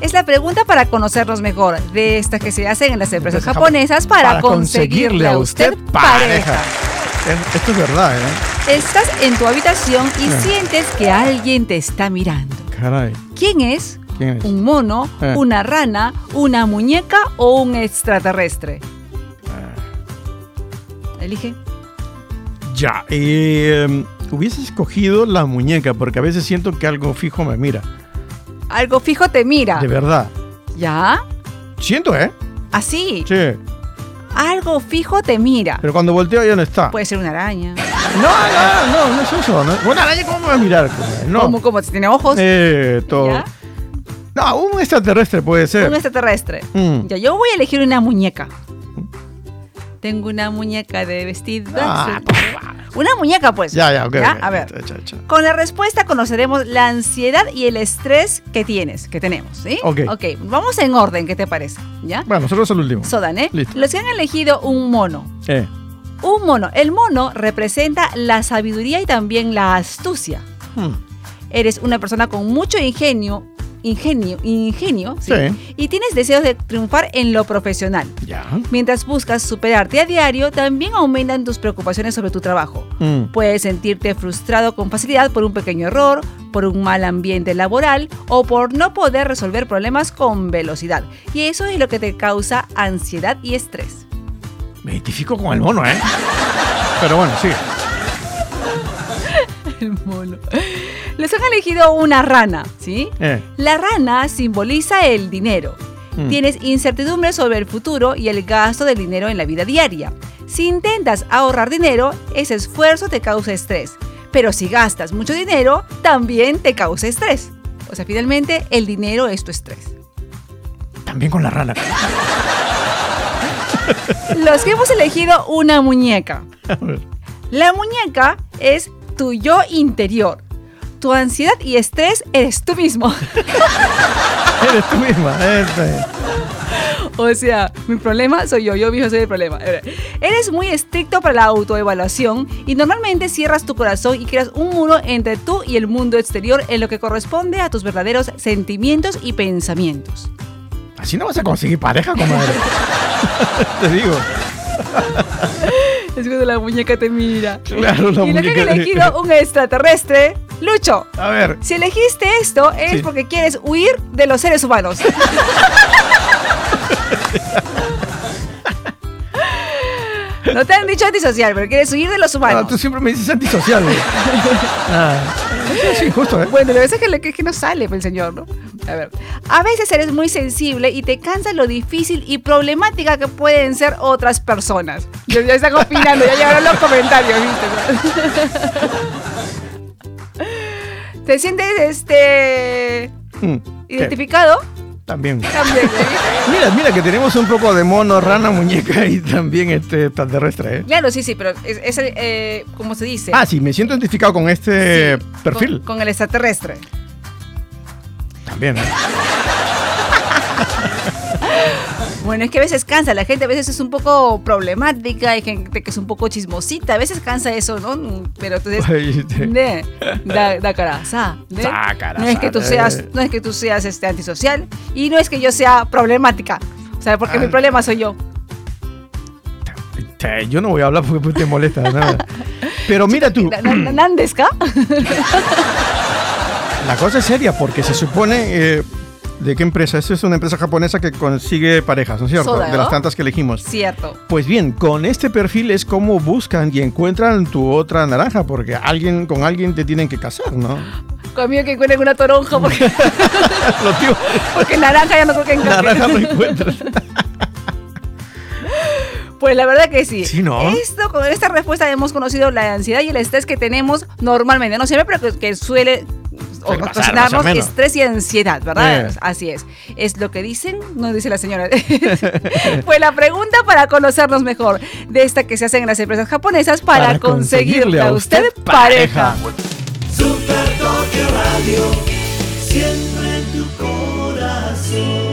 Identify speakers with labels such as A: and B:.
A: Es la pregunta para conocernos mejor de estas que se hacen en las empresas
B: Empresas
A: japonesas para,
B: para conseguirle a usted pareja. Es- Esto es verdad, ¿eh?
A: Estás en tu habitación y
B: Ah.
A: sientes que alguien te está mirando.
B: Caray.
A: ¿Quién es?
B: ¿Quién es?
A: ¿Un mono,
B: Ah.
A: una rana, una muñeca o un extraterrestre?
B: Ah.
A: Elige.
B: Ya. eh, hubiese escogido la muñeca porque a veces siento que algo fijo me mira.
A: Algo fijo te mira.
B: De verdad.
A: ¿Ya?
B: Siento, ¿eh?
A: Así.
B: Sí.
A: Algo fijo te mira.
B: Pero ah. cuando volteo ya no está.
A: Puede ser una araña.
B: No, no, no, no es eso. No. Una araña, ¿cómo me va a mirar? comadre? No.
A: Como, como si tiene ojos.
B: Eh, todo.
A: ¿Ya?
B: No, un extraterrestre puede ser.
A: Un extraterrestre.
B: Mm.
A: Ya, yo voy a elegir una muñeca. Tengo una muñeca de vestido.
B: Ah,
A: Una muñeca, pues.
B: Ya, ya, ok. ok.
A: A ver.
B: Cha, cha, cha.
A: Con la respuesta conoceremos la ansiedad y el estrés que tienes, que tenemos, ¿sí?
B: Ok.
A: Ok, vamos en orden, ¿qué te parece? ¿Ya?
B: Bueno, nosotros el último.
A: Sodan, ¿eh?
B: Listo.
A: Los que han elegido un mono.
B: Eh.
A: Un mono. El mono representa la sabiduría y también la astucia.
B: Mm.
A: Eres una persona con mucho ingenio, ingenio, ingenio, ¿sí?
B: Sí.
A: Y tienes deseos de triunfar en lo profesional.
B: Ya.
A: Mientras buscas superarte a diario, también aumentan tus preocupaciones sobre tu trabajo.
B: Mm.
A: Puedes sentirte frustrado con facilidad por un pequeño error, por un mal ambiente laboral o por no poder resolver problemas con velocidad. Y eso es lo que te causa ansiedad y estrés.
B: Me identifico con el mono, ¿eh? Pero bueno, sí.
A: El mono. Les han elegido una rana, ¿sí?
B: Eh.
A: La rana simboliza el dinero.
B: Mm.
A: Tienes incertidumbre sobre el futuro y el gasto del dinero en la vida diaria. Si intentas ahorrar dinero, ese esfuerzo te causa estrés. Pero si gastas mucho dinero, también te causa estrés. O sea, finalmente el dinero es tu estrés.
B: También con la rana.
A: Los que hemos elegido una muñeca.
B: A ver.
A: La muñeca es tu yo interior. Tu ansiedad y estrés eres tú mismo.
B: Eres tú misma. Este.
A: O sea, mi problema soy yo, yo mismo soy el problema. Eres muy estricto para la autoevaluación y normalmente cierras tu corazón y creas un muro entre tú y el mundo exterior en lo que corresponde a tus verdaderos sentimientos y pensamientos.
B: Así no vas a conseguir pareja, comadre. Te digo.
A: Es cuando la muñeca te mira.
B: Claro, la
A: y lo que han
B: muñeca-
A: elegido un extraterrestre, Lucho.
B: A ver.
A: Si elegiste esto es
B: Sí.
A: porque quieres huir de los seres humanos. No te han dicho antisocial, pero quieres huir de los
B: Ah,
A: humanos.
B: tú siempre me dices antisocial. güey. Ah, eso es injusto, ¿eh?
A: Bueno, lo que pasa es que, le- que- que no sale pues, el señor, ¿no? A ver. A veces eres muy sensible y te cansa lo difícil y problemática que pueden ser otras personas. Ya, ya están opinando, ya llegaron los comentarios, ¿viste? ¿Te sientes este
B: Mm, ¿qué?
A: identificado?
B: También.
A: También. ¿eh?
B: Mira, mira que tenemos un poco de mono, rana, muñeca y también este extraterrestre, ¿eh?
A: Claro, sí, sí, pero es, es el, eh, como se dice.
B: Ah, sí, me siento identificado con este
A: Sí, con-
B: perfil.
A: con el extraterrestre.
B: También, ¿eh?
A: Bueno, es que a veces cansa, la gente a veces es un poco problemática, hay gente que es un poco chismosita, a veces cansa eso, ¿no? Pero entonces...
B: Ay, este.
A: De, da, da cara, sa, de.
B: Sa, cara,
A: no es
B: sa,
A: que tú
B: de.
A: seas, no es que tú seas este antisocial y no es que yo sea problemática, o sea, porque mi problema soy yo.
B: Te- Yo no voy a hablar porque pues, te molesta nada. Pero mira tú,
A: Na- na- na- ¿Nandesca?
B: la cosa es seria porque se supone eh, de qué empresa. Esa es una empresa japonesa que consigue parejas, ¿no es cierto?
A: Soda, ¿no?
B: De las tantas que elegimos.
A: Cierto.
B: Pues bien, con este perfil es como buscan y encuentran tu otra naranja porque alguien con alguien te tienen que casar, ¿no?
A: Conmigo que encuentren una toronja porque,
B: Lo tío,
A: porque naranja ya no creo que encaje.
B: naranja lo encuentras.
A: Pues la verdad que sí.
B: Sí, ¿no?
A: Esto, con esta respuesta hemos conocido la ansiedad y el estrés que tenemos normalmente. No siempre, pero que, que suele o-
B: Suele pasar, más
A: ocasionarnos
B: o menos.
A: estrés y ansiedad, ¿verdad?
B: Eh.
A: Así es. Es lo que dicen, no dice la señora. Fue la pregunta para conocernos mejor de esta que se hacen en las empresas japonesas para,
B: Para
A: conseguirle a usted pareja.
C: Super Radio, siempre en tu corazón.